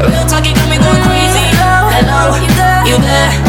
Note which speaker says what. Speaker 1: Real talk, you got me going crazy. Hello, you there?